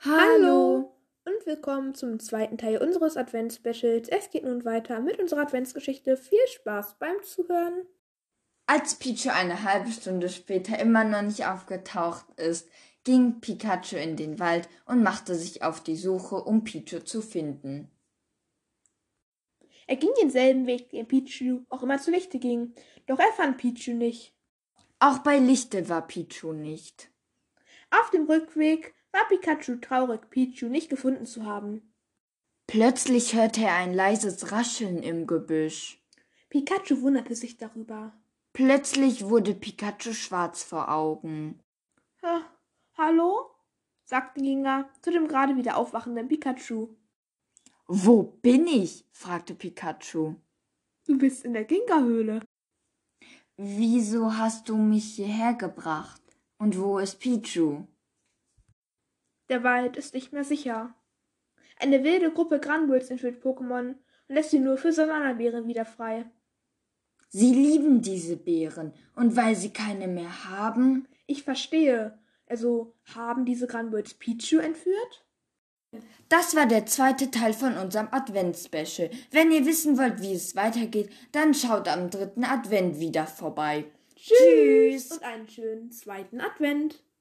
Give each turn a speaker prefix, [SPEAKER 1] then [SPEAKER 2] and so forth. [SPEAKER 1] Hallo und willkommen zum zweiten Teil unseres Advents-Specials. Es geht nun weiter mit unserer Adventsgeschichte. Viel Spaß beim Zuhören.
[SPEAKER 2] Als Pichu eine halbe Stunde später immer noch nicht aufgetaucht ist, ging Pikachu in den Wald und machte sich auf die Suche, um Pichu zu finden.
[SPEAKER 1] Er ging denselben Weg, den Pichu auch immer zu Lichte ging. Doch er fand Pichu nicht.
[SPEAKER 2] Auch bei Lichte war Pichu nicht.
[SPEAKER 1] Auf dem Rückweg war Pikachu traurig, Pichu nicht gefunden zu haben.
[SPEAKER 2] Plötzlich hörte er ein leises Rascheln im Gebüsch.
[SPEAKER 1] Pikachu wunderte sich darüber.
[SPEAKER 2] Plötzlich wurde Pikachu schwarz vor Augen.
[SPEAKER 1] Ha, hallo? sagte Ginga zu dem gerade wieder aufwachenden Pikachu.
[SPEAKER 2] Wo bin ich? fragte Pikachu.
[SPEAKER 1] Du bist in der Ginga-Höhle.
[SPEAKER 2] Wieso hast du mich hierher gebracht? Und wo ist Pichu?
[SPEAKER 1] Der Wald ist nicht mehr sicher. Eine wilde Gruppe Granbulls entführt Pokémon und lässt sie nur für Savannabären wieder frei.
[SPEAKER 2] Sie lieben diese Beeren, und weil sie keine mehr haben,
[SPEAKER 1] Ich verstehe. Also haben diese Granbulls Pichu entführt?
[SPEAKER 2] Das war der zweite Teil von unserem Advents-Special. Wenn ihr wissen wollt, wie es weitergeht, dann schaut am dritten Advent wieder vorbei. Tschüss.
[SPEAKER 1] Und einen schönen zweiten Advent.